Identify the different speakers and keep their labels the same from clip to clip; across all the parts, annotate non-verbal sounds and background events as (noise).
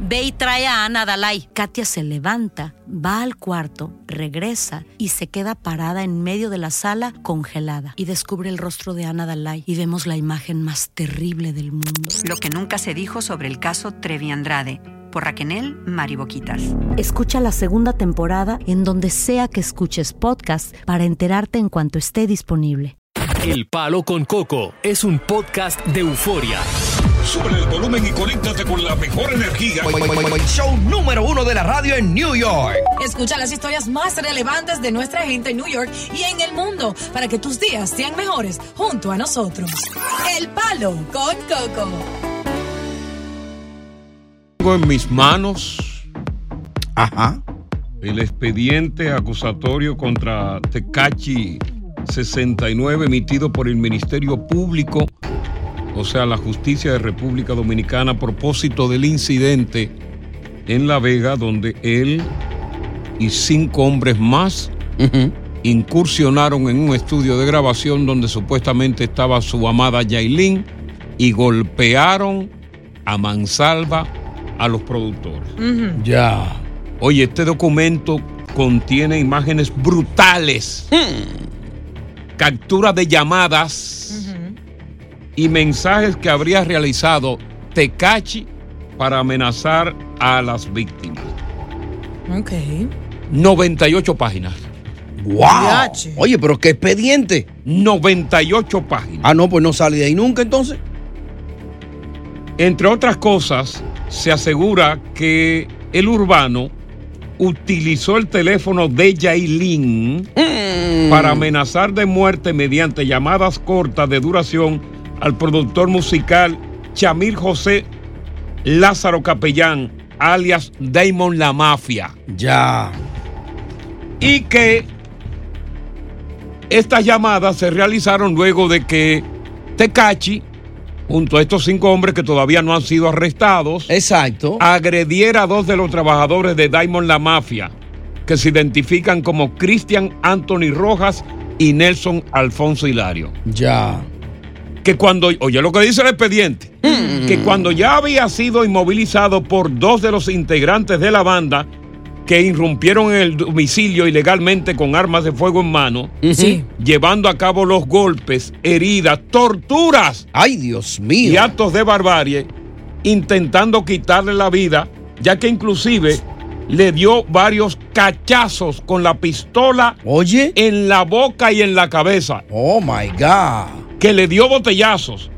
Speaker 1: ve y trae a Ana Dalai. Katia se levanta, va al cuarto, regresa y se queda parada en medio de la sala congelada. Y descubre el rostro de Ana Dalai y vemos la imagen más terrible del mundo.
Speaker 2: Lo que nunca se dijo sobre el caso Trevi Andrade. Por Raquenel Mariboquitas.
Speaker 1: Escucha la segunda temporada en donde sea que escuches podcast para enterarte en cuanto esté disponible.
Speaker 3: El Palo con Coco es un podcast de euforia.
Speaker 4: Sube el volumen y conéctate con la mejor energía.
Speaker 5: Show número uno de la radio en New York.
Speaker 6: Escucha las historias más relevantes de nuestra gente en New York y en el mundo para que tus días sean mejores junto a nosotros. El Palo con Coco.
Speaker 7: Tengo en mis manos
Speaker 8: Ajá.
Speaker 7: el expediente acusatorio contra Tecachi 69 emitido por el Ministerio Público, o sea, la Justicia de República Dominicana, a propósito del incidente en La Vega, donde él y cinco hombres más incursionaron en un estudio de grabación donde supuestamente estaba su amada Yailin y golpearon a mansalva a los productores.
Speaker 8: Ya.
Speaker 7: Oye, este documento contiene imágenes brutales, captura de llamadas y mensajes que habría realizado Tecachi para amenazar a las víctimas.
Speaker 6: Ok.
Speaker 7: 98 páginas.
Speaker 8: ¡Wow! Oye, pero qué expediente.
Speaker 7: 98 páginas.
Speaker 8: Ah, no, pues no sale de ahí nunca entonces.
Speaker 7: Entre otras cosas, se asegura que el urbano utilizó el teléfono de Yailin para amenazar de muerte mediante llamadas cortas de duración al productor musical Chamil José Lázaro Capellán, alias Damon La Mafia,
Speaker 8: Ya.
Speaker 7: y que estas llamadas se realizaron luego de que Tecachi, junto a estos cinco hombres que todavía no han sido arrestados,
Speaker 8: Exacto.
Speaker 7: agrediera a dos de los trabajadores de Diamond La Mafia, que se identifican como Cristian Anthony Rojas y Nelson Alfonso Hilario.
Speaker 8: Ya.
Speaker 7: Que cuando, oye lo que dice el expediente, Mm,
Speaker 8: Mm.
Speaker 7: que cuando ya había sido inmovilizado por dos de los integrantes de la banda que irrumpieron en el domicilio ilegalmente con armas de fuego en mano,
Speaker 6: Sí.
Speaker 7: llevando a cabo los golpes, heridas, torturas
Speaker 8: Ay, Dios mío.
Speaker 7: y actos de barbarie, intentando quitarle la vida, ya que inclusive le dio varios cachazos con la pistola
Speaker 8: Oye.
Speaker 7: en la boca y en la cabeza,
Speaker 8: Oh my God.
Speaker 7: que le dio botellazos,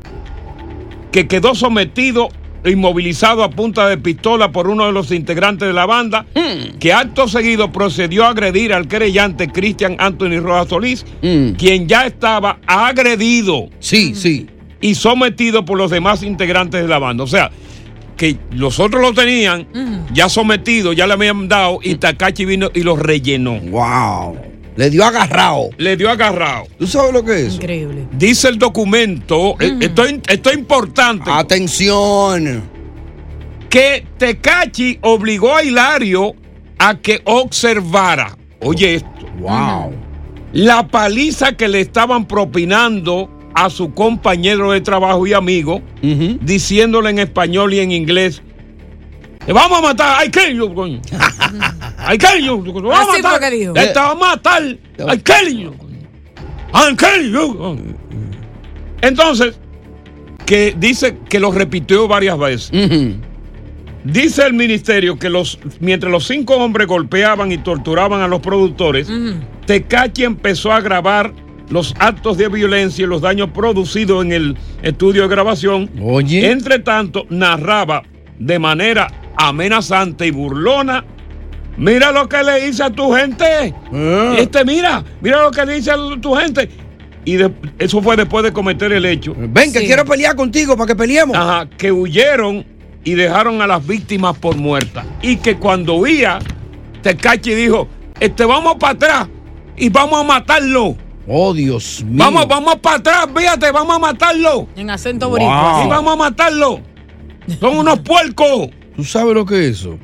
Speaker 7: que quedó sometido e inmovilizado a punta de pistola por uno de los integrantes de la banda,
Speaker 8: Mm.
Speaker 7: que acto seguido procedió a agredir al querellante Cristian Anthony Rojas Solís,
Speaker 8: Mm.
Speaker 7: quien ya estaba agredido
Speaker 8: Sí, sí.
Speaker 7: y sometido por los demás integrantes de la banda. O sea, que los otros lo tenían ya sometido, ya le habían dado
Speaker 8: Mm.
Speaker 7: y Takachi vino y los rellenó.
Speaker 8: Wow. Le dio agarrado.
Speaker 7: Le dio agarrado.
Speaker 8: ¿Tú sabes lo que es? eso?
Speaker 6: Increíble.
Speaker 7: Dice el documento, eh, esto, es- esto es importante,
Speaker 8: Atención.
Speaker 7: que Tekachi obligó a Hilario a que observara, oye esto,
Speaker 8: Wow.
Speaker 7: la paliza que le estaban propinando a su compañero de trabajo y amigo,
Speaker 8: Ujú.
Speaker 7: diciéndole en español y en inglés Te vamos a matar. I kill you,
Speaker 8: (laughs)
Speaker 7: coño. I kill you. Te vamos
Speaker 9: Así
Speaker 7: a matar.
Speaker 9: fue que dijo.
Speaker 7: Te vamos a matar. I kill you. coño. I kill you. coño. Entonces, que dice que lo repitió varias veces. Dice el ministerio que los, mientras los cinco hombres golpeaban y torturaban a los productores, Tecachi empezó a grabar los actos de violencia y los daños producidos en el estudio de grabación.
Speaker 8: Oye.
Speaker 7: Entre tanto, narraba de manera amenazante y burlona. Mira lo que le hice a tu gente.
Speaker 8: Ah.
Speaker 7: Este, mira, mira lo que le hice a tu gente. Y de- eso fue después de cometer el hecho.
Speaker 8: Ven, que quiero pelear contigo para que peleemos.
Speaker 7: Ajá, que huyeron y dejaron a las víctimas por muertas. Y que cuando huía, Tecachi dijo, este vamos para atrás y vamos a matarlo.
Speaker 8: Oh, Dios mío.
Speaker 7: Vamos, vamos para atrás, fíjate, vamos a matarlo.
Speaker 9: En acento
Speaker 7: Y
Speaker 9: boricua. sí.
Speaker 7: vamos a matarlo. Son unos puercos.
Speaker 8: ¿Tú sabes lo que es eso?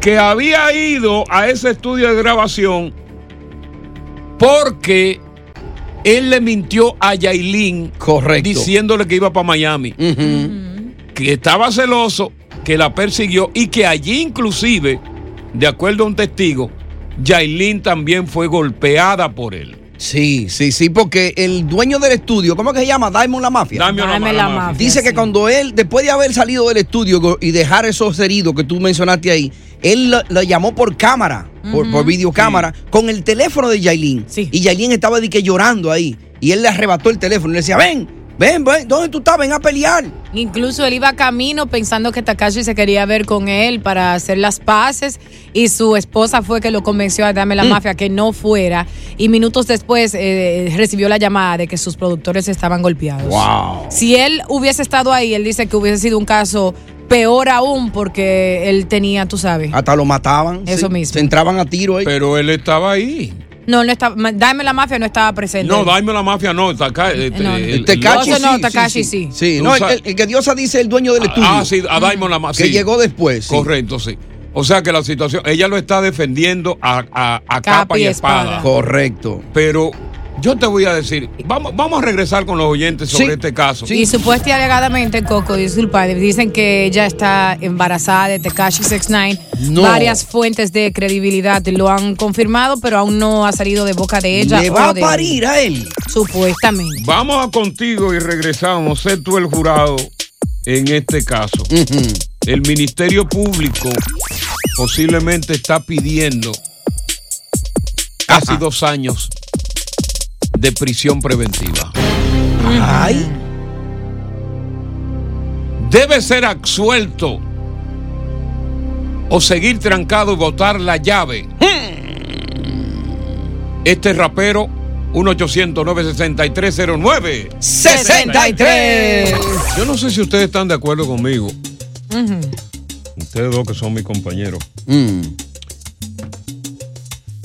Speaker 7: Que había ido a ese estudio de grabación porque él le mintió a Yailin
Speaker 8: Correcto.
Speaker 7: diciéndole que iba para Miami. que estaba celoso, que la persiguió y que allí inclusive, de acuerdo a un testigo, Yailin también fue golpeada por él.
Speaker 8: Sí, sí, sí, porque el dueño del estudio, ¿cómo que se llama? Diamond la Mafia.
Speaker 7: Diamond La Diamond La Mafia. Mafia,
Speaker 8: Dice que cuando él, después de haber salido del estudio go- y dejar esos heridos que tú mencionaste ahí, él lo, lo llamó por cámara, por, por videocámara, con el teléfono de Yailin. Y Yailin estaba de que llorando ahí. Y él le arrebató el teléfono y le decía, ven, ven, ven, ¿dónde tú estás? Ven a pelear.
Speaker 9: Incluso él iba camino pensando que Takashi se quería ver con él para hacer las paces y su esposa fue que lo convenció a
Speaker 7: Mm.
Speaker 9: Dame la Mafia que no fuera y minutos después eh, recibió la llamada de que sus productores estaban golpeados.
Speaker 8: Wow.
Speaker 9: Si él hubiese estado ahí, él dice que hubiese sido un caso peor aún porque él tenía, tú sabes.
Speaker 8: Hasta lo mataban.
Speaker 9: Eso
Speaker 8: mismo. Se entraban a tiro ahí.
Speaker 7: Pero él estaba ahí.
Speaker 9: No, no estaba, ma- Dame la Mafia no estaba presente.
Speaker 7: No, Daime la mafia, no. Taka- este,
Speaker 9: no.
Speaker 7: el-
Speaker 8: Tekashi
Speaker 9: No, no,
Speaker 8: sí,
Speaker 9: Takashi
Speaker 8: sí.
Speaker 9: sí.
Speaker 8: Sí,
Speaker 7: Tú
Speaker 8: no, el,
Speaker 7: sabes-
Speaker 8: el- el que Diosa dice el dueño del estudio.
Speaker 7: Ah, sí, a Diamond la mafia.
Speaker 8: Que llegó después. sí.
Speaker 7: Correcto, sí. O sea que la situación, ella lo está defendiendo a, a- a capa y espada.
Speaker 8: Correcto.
Speaker 7: Pero yo te voy a decir, vamos, vamos a regresar con los oyentes sobre este caso.
Speaker 9: Y supuesta y alegadamente, Coco, disculpa, dicen que ella está embarazada de Tekashi 69.
Speaker 8: No.
Speaker 9: Varias fuentes de credibilidad lo han confirmado, pero aún no ha salido de boca de ella.
Speaker 7: Le
Speaker 9: o
Speaker 7: va a
Speaker 9: de
Speaker 7: parir a él.
Speaker 9: Supuestamente.
Speaker 7: Vamos a contigo y regresamos. Sé tú el jurado en este caso. El Ministerio Público posiblemente está pidiendo casi dos años de prisión preventiva.
Speaker 8: Ay.
Speaker 7: Debe ser absuelto o seguir trancado y botar la llave. Este rapero, 1 800 96309
Speaker 8: 63.
Speaker 7: Yo no sé si ustedes están de acuerdo conmigo. Ustedes dos que son mis compañeros. Mm.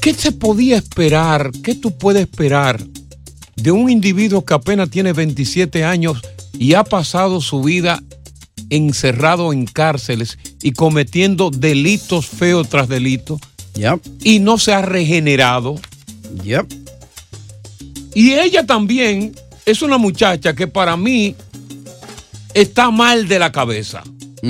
Speaker 7: ¿Qué se podía esperar? ¿Qué tú puedes esperar de un individuo que apenas tiene 27 años y ha pasado su vida encerrado en cárceles y cometiendo delitos feos tras delitos y no se ha regenerado? Y ella también es una muchacha que para mí está mal de la cabeza.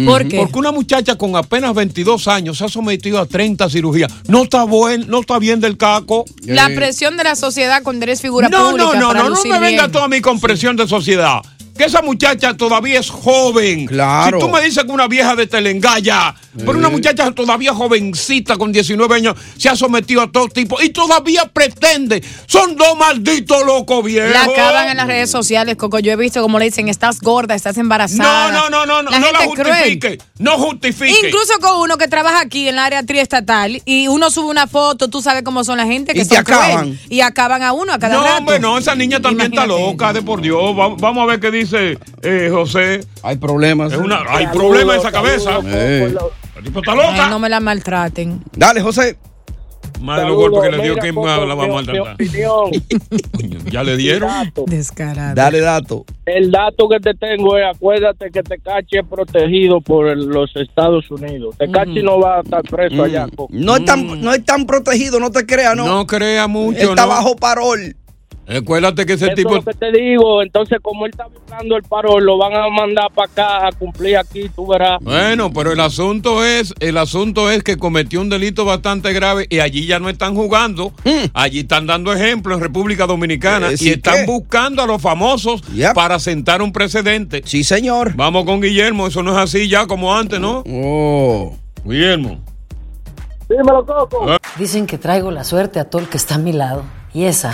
Speaker 9: ¿Por qué?
Speaker 7: Porque una muchacha con apenas 22 años se ha sometido a 30 cirugías. No está buen, no está bien del caco.
Speaker 9: La presión de la sociedad cuando eres figura
Speaker 7: eh, no,
Speaker 9: pública.
Speaker 7: no, no,
Speaker 9: para
Speaker 7: no, no
Speaker 9: lucir
Speaker 7: me venga
Speaker 9: bien.
Speaker 7: toda mi compresión de sociedad. Que esa muchacha todavía es joven.
Speaker 8: Claro.
Speaker 7: Si tú me dices que una vieja de Telengaya, pero una muchacha todavía jovencita con 19 años se ha sometido a todo tipo y todavía pretende. Son dos malditos locos viejos.
Speaker 9: La acaban en las redes sociales, Coco. Yo he visto como le dicen, estás gorda, estás
Speaker 7: No,
Speaker 9: embarazada.
Speaker 7: no, no, no, no,
Speaker 9: La
Speaker 7: no la
Speaker 9: gente es cruel.
Speaker 7: justifique. No justifique.
Speaker 9: Incluso con uno que trabaja aquí en el área triestatal y uno sube una foto, tú sabes cómo son la gente que
Speaker 7: Y te
Speaker 9: son cruel,
Speaker 7: acaban.
Speaker 9: y acaban a uno a cada
Speaker 7: no,
Speaker 9: rato.
Speaker 7: hombre, no, esa niña también está loca, de por Dios. Va- Vamos, a ver qué dice eh, José.
Speaker 8: Hay problemas.
Speaker 7: Es una- hay problemas en esa cabeza. El tipo está loca.
Speaker 9: Ay, Eh, no me la maltraten.
Speaker 8: Dale, José.
Speaker 7: Madre de los
Speaker 9: Saludos,
Speaker 7: golpes que le dio,
Speaker 9: mira,
Speaker 7: que
Speaker 9: Coco,
Speaker 7: la vamos a
Speaker 9: mi- mi
Speaker 7: maltratar. Coño, Ya le dieron.
Speaker 9: Descarado.
Speaker 8: Dale dato.
Speaker 10: El dato que te tengo es, acuérdate que Tecachi es protegido por el- los Estados Unidos. Tecachi
Speaker 8: Mm.
Speaker 10: no va a estar preso allá.
Speaker 8: No es, tan, no es tan protegido, no te creas, ¿no?
Speaker 7: No crea mucho.
Speaker 8: Está
Speaker 7: ¿no?
Speaker 8: bajo parol.
Speaker 7: Acuérdate que ese
Speaker 8: Eso
Speaker 7: tipo.
Speaker 8: es lo que te digo. Entonces, como él está violando el paro, lo van a mandar para acá a cumplir aquí, tú verás.
Speaker 7: Bueno, pero el asunto es, el asunto es que cometió un delito bastante grave y allí ya no están jugando,
Speaker 8: Hmm.
Speaker 7: allí están dando ejemplo en República Dominicana
Speaker 11: Eh, sí
Speaker 7: y están
Speaker 11: que-
Speaker 7: buscando a los famosos para sentar un precedente.
Speaker 11: Sí, señor.
Speaker 7: Vamos con Guillermo, eso no es así ya como antes, ¿no?
Speaker 11: Oh.
Speaker 7: Guillermo.
Speaker 12: Dímelo, Coco. Dicen que traigo la suerte a todo el que está a mi lado. Y esa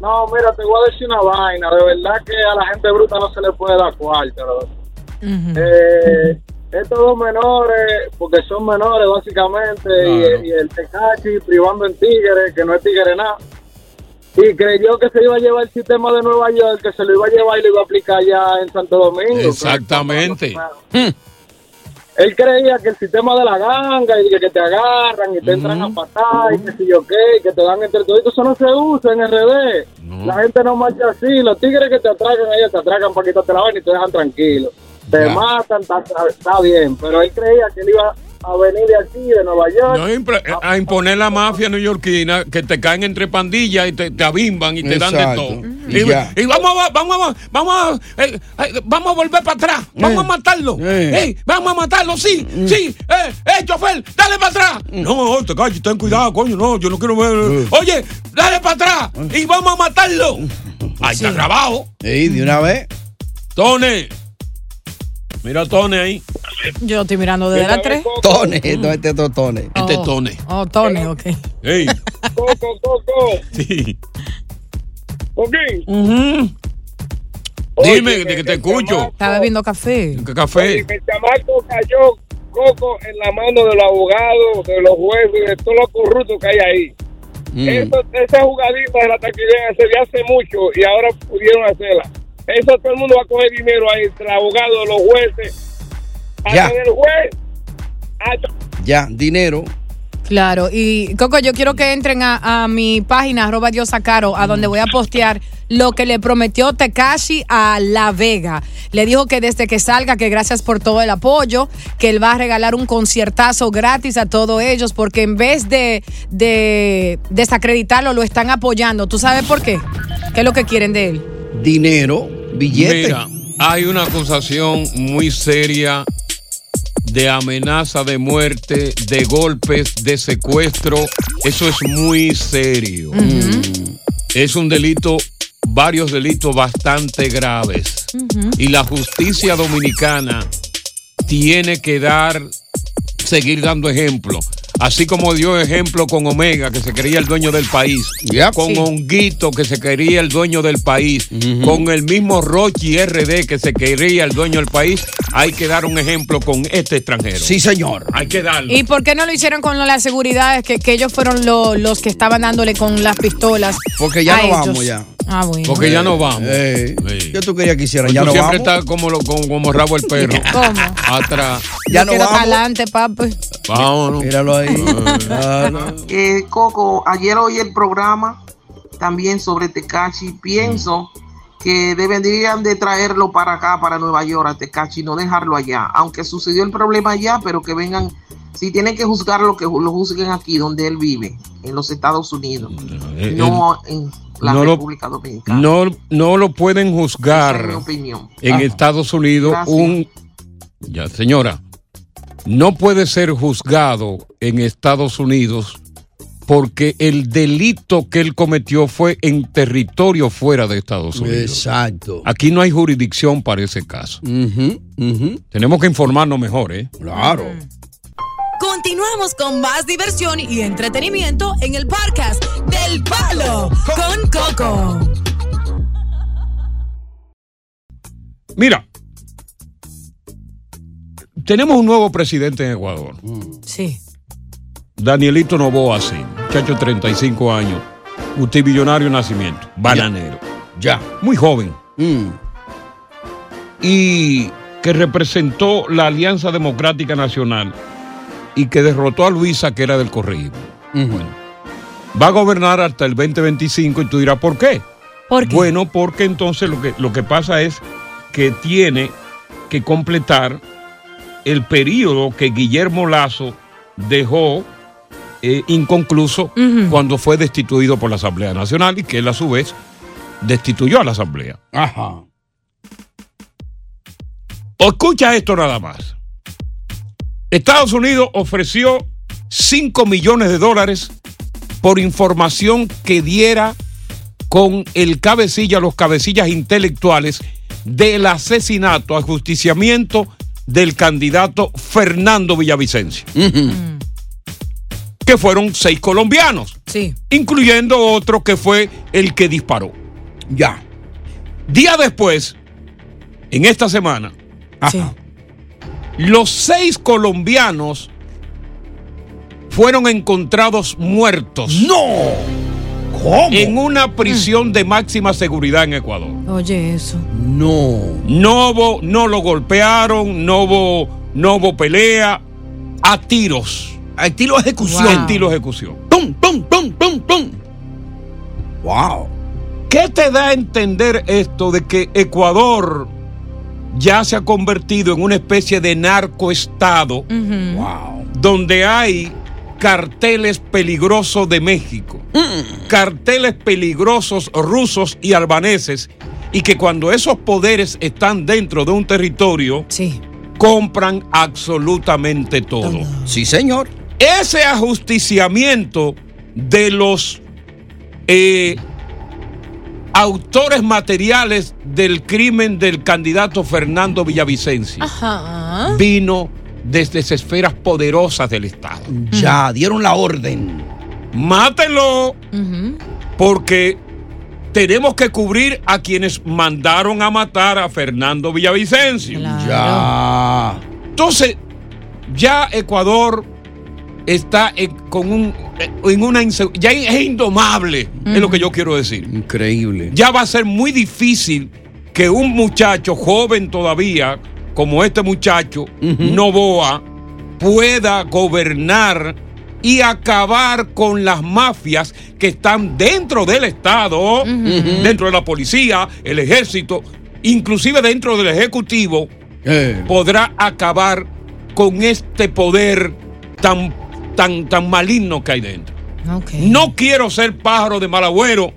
Speaker 8: no, mira, te voy a decir una vaina. De verdad que a la gente bruta no se le puede dar cuarta. bro. Eh, estos dos menores, porque son menores básicamente,
Speaker 13: Claro.
Speaker 8: y, y el Tecachi privando en Tigre, que no es Tigre nada. Y creyó que se iba a llevar el sistema de Nueva York, que se lo iba a llevar y lo iba a aplicar ya en Santo Domingo.
Speaker 7: Exactamente.
Speaker 8: Él creía que el sistema de la ganga y de que te agarran y te entran a patar y que si yo qué, y que te dan entre todo eso no se usa en RD. La gente no marcha así, los tigres que te atracan, ellos te atracan para quitarte la vaina y te dejan tranquilo. Te
Speaker 7: Ya.
Speaker 8: matan, está, está- está bien, pero él creía que él iba a venir de aquí, de Nueva York.
Speaker 7: No, impre- eh, a imponer la mafia neoyorquina que te caen entre pandillas y te, te abimban y te dan de
Speaker 11: Exacto.
Speaker 7: todo.
Speaker 11: Y ya.
Speaker 7: Y, y vamos a vamos a vamos a, eh, eh, vamos a volver para atrás. Vamos a matarlo. Ey, vamos a matarlo, sí,
Speaker 11: Mm.
Speaker 7: sí. Eh, eh, chofer, dale para atrás. No, te calles, ten cuidado, coño, no, yo no quiero ver. Oye, dale para atrás y vamos a matarlo. Ahí está grabado.
Speaker 11: Ey, de una vez.
Speaker 7: Tone. Mira a Tone ahí.
Speaker 9: Yo estoy mirando desde las 3.
Speaker 11: Tones, no este es Totones.
Speaker 7: Este es Tone.
Speaker 8: eh,
Speaker 9: Oh, Tony, ok.
Speaker 7: Ey.
Speaker 8: Coco, Coco.
Speaker 7: Sí.
Speaker 8: Ok.
Speaker 7: Dime que te, que te escucho.
Speaker 9: Está bebiendo café.
Speaker 7: ¿Qué café?
Speaker 8: El chamaco cayó coco en la mano de los abogados, de los jueces, de todos los corruptos que hay ahí.
Speaker 7: Mm.
Speaker 8: Eso- esa jugadita de la taquilla se dio hace mucho y ahora pudieron hacerla. Eso todo el mundo va a coger dinero ahí, entre los abogados, los jueces, hasta
Speaker 11: Ya.
Speaker 8: del juez, hasta
Speaker 11: Ya, dinero.
Speaker 9: Claro, y Coco, yo quiero que entren a, a mi página, arroba diosacaro, a donde voy a postear lo que le prometió Tekashi a La Vega. Le dijo que desde que salga, que gracias por todo el apoyo, que él va a regalar un conciertazo gratis a todos ellos, porque en vez de, de desacreditarlo, lo están apoyando. ¿Tú sabes por qué? ¿Qué es lo que quieren de él?
Speaker 11: Dinero, billete.
Speaker 7: Mira, hay una acusación muy seria de amenaza de muerte, de golpes, de secuestro. Eso es muy serio. Es un delito, varios delitos bastante graves. Y la justicia dominicana tiene que dar, seguir dando ejemplo. Así como dio ejemplo con Omega, que se creía el dueño del país. Con
Speaker 11: Sí.
Speaker 7: Honguito, que se creía el dueño del país. Con el mismo Rochi RD, que se creía el dueño del país. Hay que dar un ejemplo con este extranjero. Sí,
Speaker 11: señor.
Speaker 7: Hay que darlo.
Speaker 9: ¿Y por qué no lo hicieron con las seguridades que, que ellos fueron lo- los que estaban dándole con las pistolas?
Speaker 11: Porque ya
Speaker 9: a
Speaker 11: no vamos
Speaker 9: ellos?
Speaker 11: ya.
Speaker 9: Ah, bueno.
Speaker 7: Porque ya no vamos. Pues
Speaker 11: Yo pues, eh, tú querías que hicieran,
Speaker 7: Tú
Speaker 11: ya no
Speaker 7: siempre
Speaker 11: vamos.
Speaker 7: estás como, lo- como, como rabo el perro.
Speaker 9: ¿Cómo?
Speaker 7: Atrás.
Speaker 9: Yo quiero para adelante, papi.
Speaker 7: Vámonos.
Speaker 11: Míralo ahí.
Speaker 2: Eh, Coco, ayer oí el programa también sobre Tecachi. Pienso que deberían de traerlo para acá, para Nueva York, a Tecachi, no dejarlo allá. Aunque sucedió el problema allá, pero que vengan, si tienen que juzgarlo, que lo juzguen aquí, donde él vive, en los Estados Unidos.
Speaker 7: eh,
Speaker 2: No en la
Speaker 7: no lo-
Speaker 2: República Dominicana.
Speaker 7: No, no lo pueden juzgar
Speaker 2: mi opinión.
Speaker 7: en
Speaker 2: Ah.
Speaker 7: Estados Unidos
Speaker 2: Gracias.
Speaker 7: un... Ya, señora, no puede ser juzgado en Estados Unidos porque el delito que él cometió fue en territorio fuera de Estados Unidos.
Speaker 11: Exacto.
Speaker 7: Aquí no hay jurisdicción para ese caso.
Speaker 2: Mm.
Speaker 7: Tenemos que informarnos mejor, ¿eh?
Speaker 11: Claro.
Speaker 1: Continuamos con más diversión y entretenimiento en el podcast del Palo con Coco.
Speaker 7: Mira, tenemos un nuevo presidente en Ecuador.
Speaker 9: Sí.
Speaker 7: Danielito Novoa, sí, muchacho de 35 años, multimillonario de nacimiento, bananero.
Speaker 2: Ya.
Speaker 8: Muy joven. Y que representó la Alianza Democrática Nacional y que derrotó a Luisa, que era del Correo. Bueno, va a gobernar hasta el 2025 y tú dirás, ¿por qué? Bueno, porque entonces lo que, lo que pasa es que tiene que completar el periodo que Guillermo Lazo dejó eh, inconcluso cuando fue destituido por la Asamblea Nacional y que él a su vez destituyó a la Asamblea.
Speaker 2: Ajá.
Speaker 8: Escucha esto nada más. Estados Unidos ofreció 5 millones de dólares por información que diera con el cabecilla, los cabecillas intelectuales del asesinato, ajusticiamiento del candidato Fernando Villavicencio. Que fueron seis colombianos. Incluyendo otro que fue el que disparó.
Speaker 2: Ya.
Speaker 8: Día después, en esta semana, ajá, los seis colombianos fueron encontrados muertos.
Speaker 2: ¡No! ¿Cómo?
Speaker 8: En una prisión de máxima seguridad en Ecuador.
Speaker 9: Oye, eso.
Speaker 2: No.
Speaker 8: No hubo, no lo golpearon, no hubo, no hubo pelea, a tiros.
Speaker 2: A estilo ejecución.
Speaker 8: A estilo ejecución.
Speaker 2: ¡Pum, pum, pum, pum, pum! ¡Wow!
Speaker 8: ¿Qué te da a entender esto de que Ecuador ya se ha convertido en una especie de narcoestado donde hay carteles peligrosos de México, carteles peligrosos rusos y albaneses, y que cuando esos poderes están dentro de un territorio, compran absolutamente todo.
Speaker 2: Sí, señor.
Speaker 8: Ese ajusticiamiento de los eh, autores materiales del crimen del candidato Fernando Villavicencio
Speaker 9: Ajá.
Speaker 8: vino desde esas esferas poderosas del Estado.
Speaker 7: Mm.
Speaker 2: Ya, dieron la orden.
Speaker 8: Mátenlo
Speaker 9: Ujú.
Speaker 8: porque tenemos que cubrir a quienes mandaron a matar a Fernando Villavicencio.
Speaker 2: Ya.
Speaker 8: Entonces, ya Ecuador está en, con un, en una inse- ya es indomable, es lo que yo quiero decir.
Speaker 2: Increíble.
Speaker 8: Ya va a ser muy difícil que un muchacho joven todavía, como este muchacho, Novoa, pueda gobernar y acabar con las mafias que están dentro del Estado, dentro de la policía, el ejército, inclusive dentro del Ejecutivo,
Speaker 7: Eh,
Speaker 8: podrá acabar con este poder tan, tan, tan maligno que hay dentro.
Speaker 14: Ah,
Speaker 8: No quiero ser pájaro de mal agüero,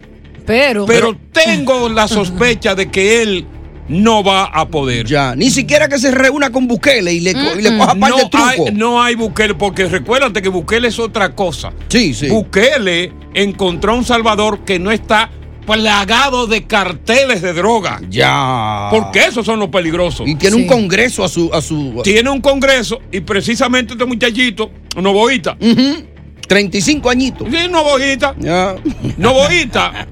Speaker 9: pero,
Speaker 8: (laughs) tengo la sospecha de que él no va a poder.
Speaker 2: Ya, ni siquiera que se reúna con Bukele y le, co- y le coja par
Speaker 8: no
Speaker 2: de truco.
Speaker 8: Hay, no hay Bukele, porque recuérdate que Bukele es otra cosa.
Speaker 2: Sí, sí.
Speaker 8: Bukele encontró a un Salvador que no está plagado de carteles de droga.
Speaker 2: Ya.
Speaker 8: Porque esos son los peligrosos.
Speaker 2: Y tiene un congreso a su, a su
Speaker 8: Tiene un congreso y precisamente este muchachito, Novoita.
Speaker 2: 35 añitos.
Speaker 8: Sí, Novoita. Novoita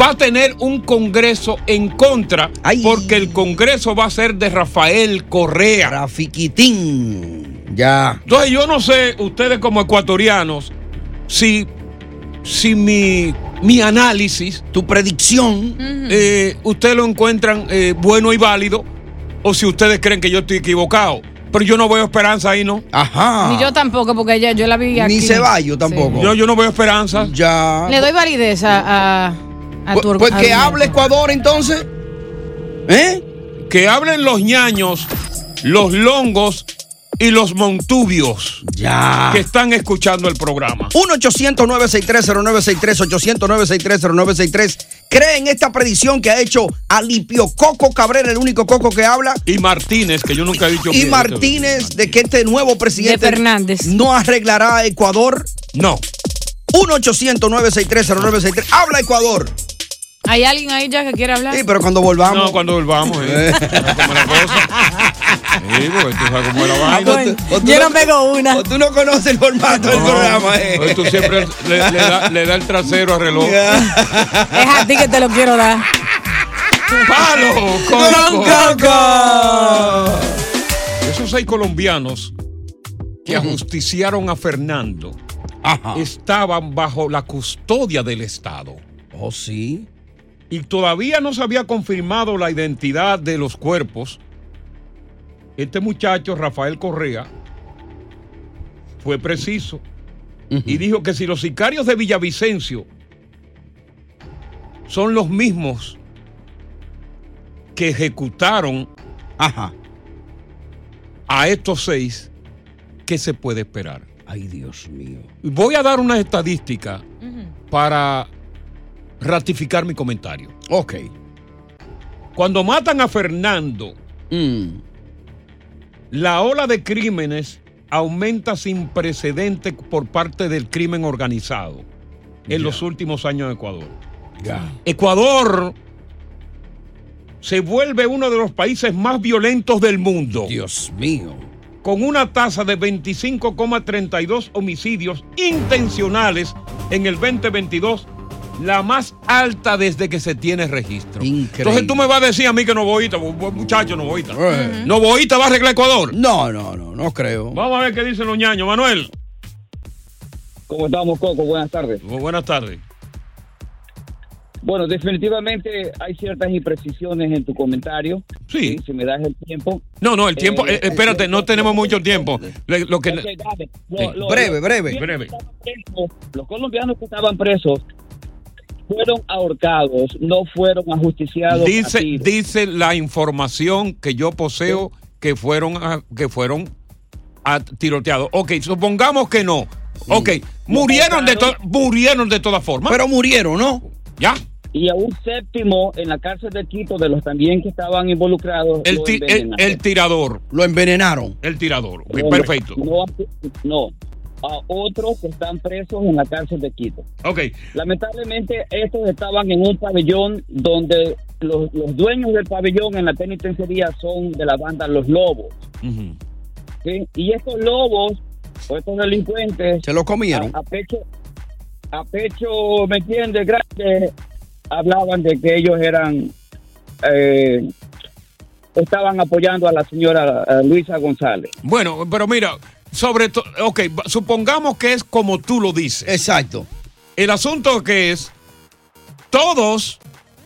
Speaker 8: va a tener un congreso en contra porque el congreso va a ser de Rafael Correa.
Speaker 2: Rafiquitín. Ya.
Speaker 8: Entonces yo no sé, ustedes como ecuatorianos, si, si mi, mi análisis,
Speaker 2: tu predicción,
Speaker 8: eh, ustedes lo encuentran eh, bueno y válido o si ustedes creen que yo estoy equivocado. Pero yo no veo esperanza ahí, ¿no?
Speaker 2: Ajá.
Speaker 9: Ni yo tampoco, porque ella, yo la vi aquí.
Speaker 8: No, yo no veo esperanza.
Speaker 2: Ya.
Speaker 9: Le doy validez a, a, a tu
Speaker 2: Pues
Speaker 9: argumento.
Speaker 2: que hable Ecuador entonces.
Speaker 8: Que hablen los ñaños, los longos y los montubios.
Speaker 2: Ya.
Speaker 8: Que están escuchando el programa.
Speaker 2: 1-800-963-0963, 800-963-0963. ¿Cree en esta predicción que ha hecho Alipio Coco Cabrera, el único coco que habla?
Speaker 8: Y Martínez, que yo nunca he dicho. este
Speaker 2: Y
Speaker 8: que-
Speaker 2: Martínez, de que este nuevo presidente
Speaker 9: De Fernández.
Speaker 2: no arreglará a Ecuador.
Speaker 8: No.
Speaker 2: 1-800-963-0963. Habla Ecuador.
Speaker 9: ¿Hay alguien ahí ya que quiere hablar?
Speaker 2: Sí, pero cuando volvamos.
Speaker 8: No, cuando volvamos.
Speaker 2: (laughs)
Speaker 8: eh. Como la cosa. Sí, porque tú sabes cómo es la vaina.
Speaker 2: yo no pego una. O tú no conoces Ah, el formato del programa. eh.
Speaker 8: Oye, Tú siempre le, le da, le da el trasero al reloj.
Speaker 9: Es a ti que te lo quiero dar.
Speaker 8: (laughs) ¡Palo!
Speaker 9: Con
Speaker 8: coco! Esos seis colombianos que ajusticiaron a Fernando estaban bajo la custodia del Estado.
Speaker 2: Oh, sí.
Speaker 8: y todavía no se había confirmado la identidad de los cuerpos, este muchacho, Rafael Correa, fue preciso y dijo que si los sicarios de Villavicencio son los mismos que ejecutaron a estos seis, ¿qué se puede esperar?
Speaker 7: Ay, Dios mío.
Speaker 8: Voy a dar una estadística para ratificar mi comentario.
Speaker 7: Ok.
Speaker 8: Cuando matan a Fernando, Mm. la ola de crímenes aumenta sin precedente por parte del crimen organizado en los últimos años de Ecuador. Ecuador se vuelve uno de los países más violentos del mundo.
Speaker 7: Dios mío.
Speaker 8: Con una tasa de 25,32 homicidios intencionales en el 2022, la más alta desde que se tiene registro. Entonces tú me vas a decir a mí que Novoita, bu- bu- muchacho Novoita,
Speaker 7: Eh.
Speaker 8: Novoita va a arreglar Ecuador.
Speaker 7: No, no, no, no creo.
Speaker 8: Vamos a ver qué dicen los ñaños. Manuel.
Speaker 9: ¿Cómo estamos, Coco? Buenas tardes.
Speaker 8: buenas tardes.
Speaker 9: Bueno, definitivamente hay ciertas imprecisiones en tu comentario.
Speaker 8: Sí.
Speaker 9: Si me das el tiempo.
Speaker 8: No, no, el tiempo, eh, espérate, no tenemos mucho tiempo. Le- Lo que,
Speaker 9: Ok, dale. Lo-
Speaker 8: Eh,
Speaker 9: lo-
Speaker 8: breve,
Speaker 9: lo-
Speaker 8: breve.
Speaker 9: los
Speaker 8: Breve.
Speaker 9: presos, Los colombianos que estaban presos fueron ahorcados, no fueron ajusticiados.
Speaker 8: dice, dice la información que yo poseo que fueron, a- que fueron a- tiroteados. Ok, supongamos que no. Ok, murieron de, to- murieron de todas formas.
Speaker 7: Pero murieron, ¿no?
Speaker 8: Ya.
Speaker 9: Y a un séptimo en la cárcel de Quito, de los también que estaban involucrados.
Speaker 8: El,
Speaker 9: lo
Speaker 8: ti- el-
Speaker 9: envenenaron.
Speaker 8: el tirador.
Speaker 7: Lo envenenaron.
Speaker 8: El tirador. Ok,
Speaker 9: Bueno,
Speaker 8: perfecto.
Speaker 9: No, no, a otros que están presos en la cárcel de Quito.
Speaker 8: Ok.
Speaker 9: Lamentablemente, estos estaban en un pabellón donde los, los dueños del pabellón en la penitenciaría son de la banda Los Lobos. ¿sí? Y estos lobos, o estos delincuentes.
Speaker 7: Se lo comieron.
Speaker 9: A, a pecho, a pecho, ¿me entiendes? Grande, hablaban de que ellos eran. eh, estaban apoyando a la señora eh, Luisa González.
Speaker 8: Bueno, pero mira, sobre todo, ok, va- supongamos que es como tú lo dices.
Speaker 7: Exacto.
Speaker 8: El asunto que es, todos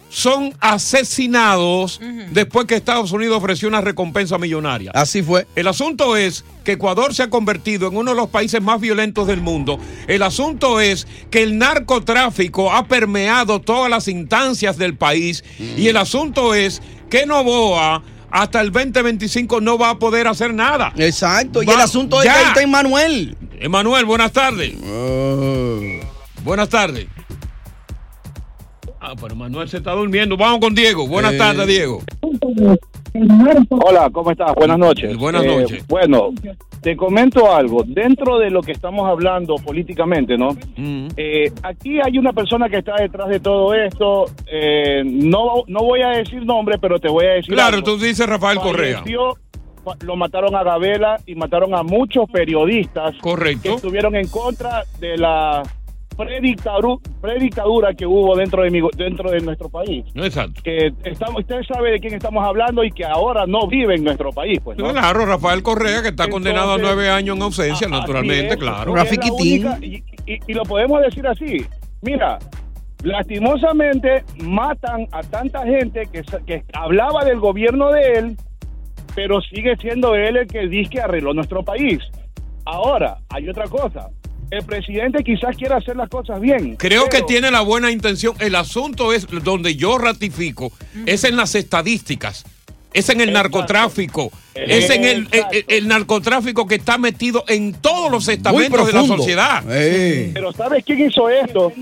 Speaker 8: son asesinados después que Estados Unidos ofreció una recompensa millonaria.
Speaker 7: Así fue.
Speaker 8: El asunto es que Ecuador se ha convertido en uno de los países más violentos del mundo. El asunto es que el narcotráfico ha permeado todas las instancias del país. Y el asunto es que Novoa hasta el 2025 no va a poder hacer nada.
Speaker 7: Exacto. Y
Speaker 8: Va-
Speaker 7: el asunto es
Speaker 8: ya.
Speaker 7: que ahí está Emanuel.
Speaker 8: Emanuel, buenas tardes. Buenas tardes. Ah, pero Manuel se está durmiendo. Vamos con Diego. Buenas
Speaker 2: Eh.
Speaker 8: tardes, Diego.
Speaker 2: Hola, ¿cómo estás? Buenas noches.
Speaker 8: Eh,
Speaker 2: Eh,
Speaker 8: Buenas noches.
Speaker 2: Bueno, te comento algo. Dentro de lo que estamos hablando políticamente, ¿no?
Speaker 8: Mm.
Speaker 2: Eh, aquí hay una persona que está detrás de todo esto. Eh, no, no voy a decir nombre, pero te voy a decir.
Speaker 8: Claro,
Speaker 2: algo.
Speaker 8: tú dices Rafael Correa.
Speaker 2: Falleció, fa- Lo mataron a Gabela y mataron a muchos periodistas que estuvieron en contra de la predictaru- predictadura que hubo dentro de, mi, go- dentro de nuestro país.
Speaker 8: Exacto.
Speaker 2: que estamos, usted sabe de quién estamos hablando y que ahora no vive en nuestro país, pues. ¿no?
Speaker 8: Claro, Rafael Correa, que está condenado a
Speaker 2: Entonces,
Speaker 8: nueve años en ausencia,
Speaker 2: así
Speaker 8: naturalmente,
Speaker 2: es,
Speaker 8: claro.
Speaker 2: porque es la única- y, y- y lo podemos decir así. Mira, lastimosamente matan a tanta gente que, sa- que hablaba del gobierno de él, pero sigue siendo él el que dice que arregló nuestro país. Ahora, hay otra cosa. El presidente quizás quiera hacer las cosas bien.
Speaker 8: Creo que tiene la buena intención. El asunto es donde yo ratifico, es en las estadísticas, es en el narcotráfico, es en el, el- el- el narcotráfico que está metido en todos los estamentos de la
Speaker 2: profundo.
Speaker 8: sociedad.
Speaker 7: Eh.
Speaker 2: Pero ¿sabes quién hizo esto?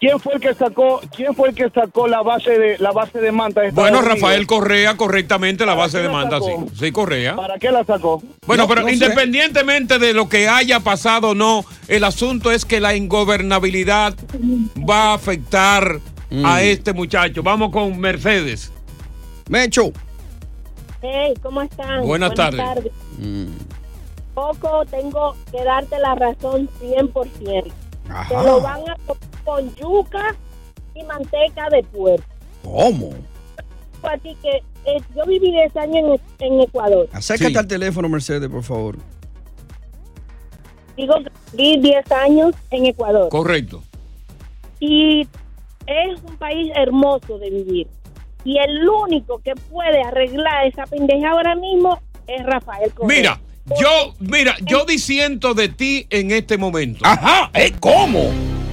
Speaker 2: ¿Quién fue el que sacó, quién fue el que sacó la base de la base de manta? de Estados
Speaker 8: Bueno,
Speaker 2: Unidos?
Speaker 8: Rafael Correa, correctamente, la base de manda, sí. Sí, Correa.
Speaker 2: ¿Para qué la sacó?
Speaker 8: Bueno,
Speaker 2: No,
Speaker 8: pero
Speaker 2: no sé.
Speaker 8: independientemente de lo que haya pasado o no, el asunto es que la ingobernabilidad va a afectar a este muchacho. Vamos con Mercedes.
Speaker 7: Mecho.
Speaker 11: Hey, ¿cómo están?
Speaker 8: Buenas tardes.
Speaker 11: Poco tengo que darte la razón 100%. Te lo van a comer con yuca y manteca de puerco.
Speaker 7: ¿Cómo?
Speaker 11: Así que eh, yo viví 10 años en, en Ecuador.
Speaker 7: Acércate al teléfono, Mercedes, por favor.
Speaker 11: Digo, viví 10 años en Ecuador.
Speaker 8: Correcto.
Speaker 11: Y
Speaker 15: es un país hermoso de vivir. Y el único que puede arreglar esa pendeja ahora mismo es Rafael Correa.
Speaker 8: Mira, yo, mira, yo disiento de ti en este momento.
Speaker 2: Ajá, ¿eh? ¿Cómo?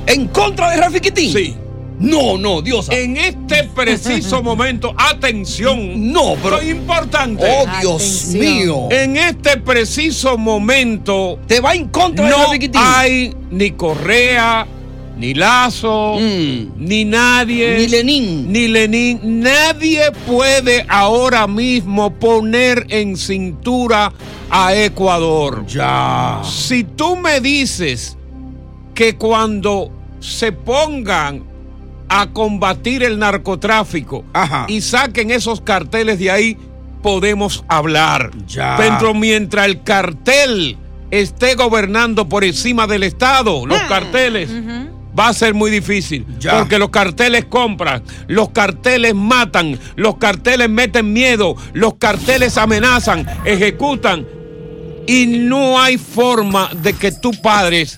Speaker 2: ¿En contra de Rafiquitín?
Speaker 8: Sí.
Speaker 2: No, no, Dios.
Speaker 8: En este
Speaker 2: (laughs)
Speaker 8: preciso momento, atención.
Speaker 2: No, pero-
Speaker 8: Esto es importante.
Speaker 2: Oh, Dios Atención. mío.
Speaker 8: En este preciso momento.
Speaker 2: Te va en contra de
Speaker 8: No
Speaker 2: Rafiquitín.
Speaker 8: hay ni Correa, ni Lazo, ni nadie.
Speaker 2: Mm. Ni Lenín.
Speaker 8: Ni Lenín. Nadie puede ahora mismo poner en cintura a Ecuador.
Speaker 2: Ya.
Speaker 8: Si tú me dices que cuando se pongan a combatir el narcotráfico y saquen esos carteles de ahí, podemos hablar.
Speaker 2: Ya.
Speaker 8: Pero
Speaker 4: Ah.
Speaker 8: mientras el cartel esté gobernando por encima del Estado, los carteles, va a ser muy difícil. Porque los carteles compran, los carteles matan, los carteles meten miedo, los carteles amenazan, ejecutan. Y no hay forma de que tú padres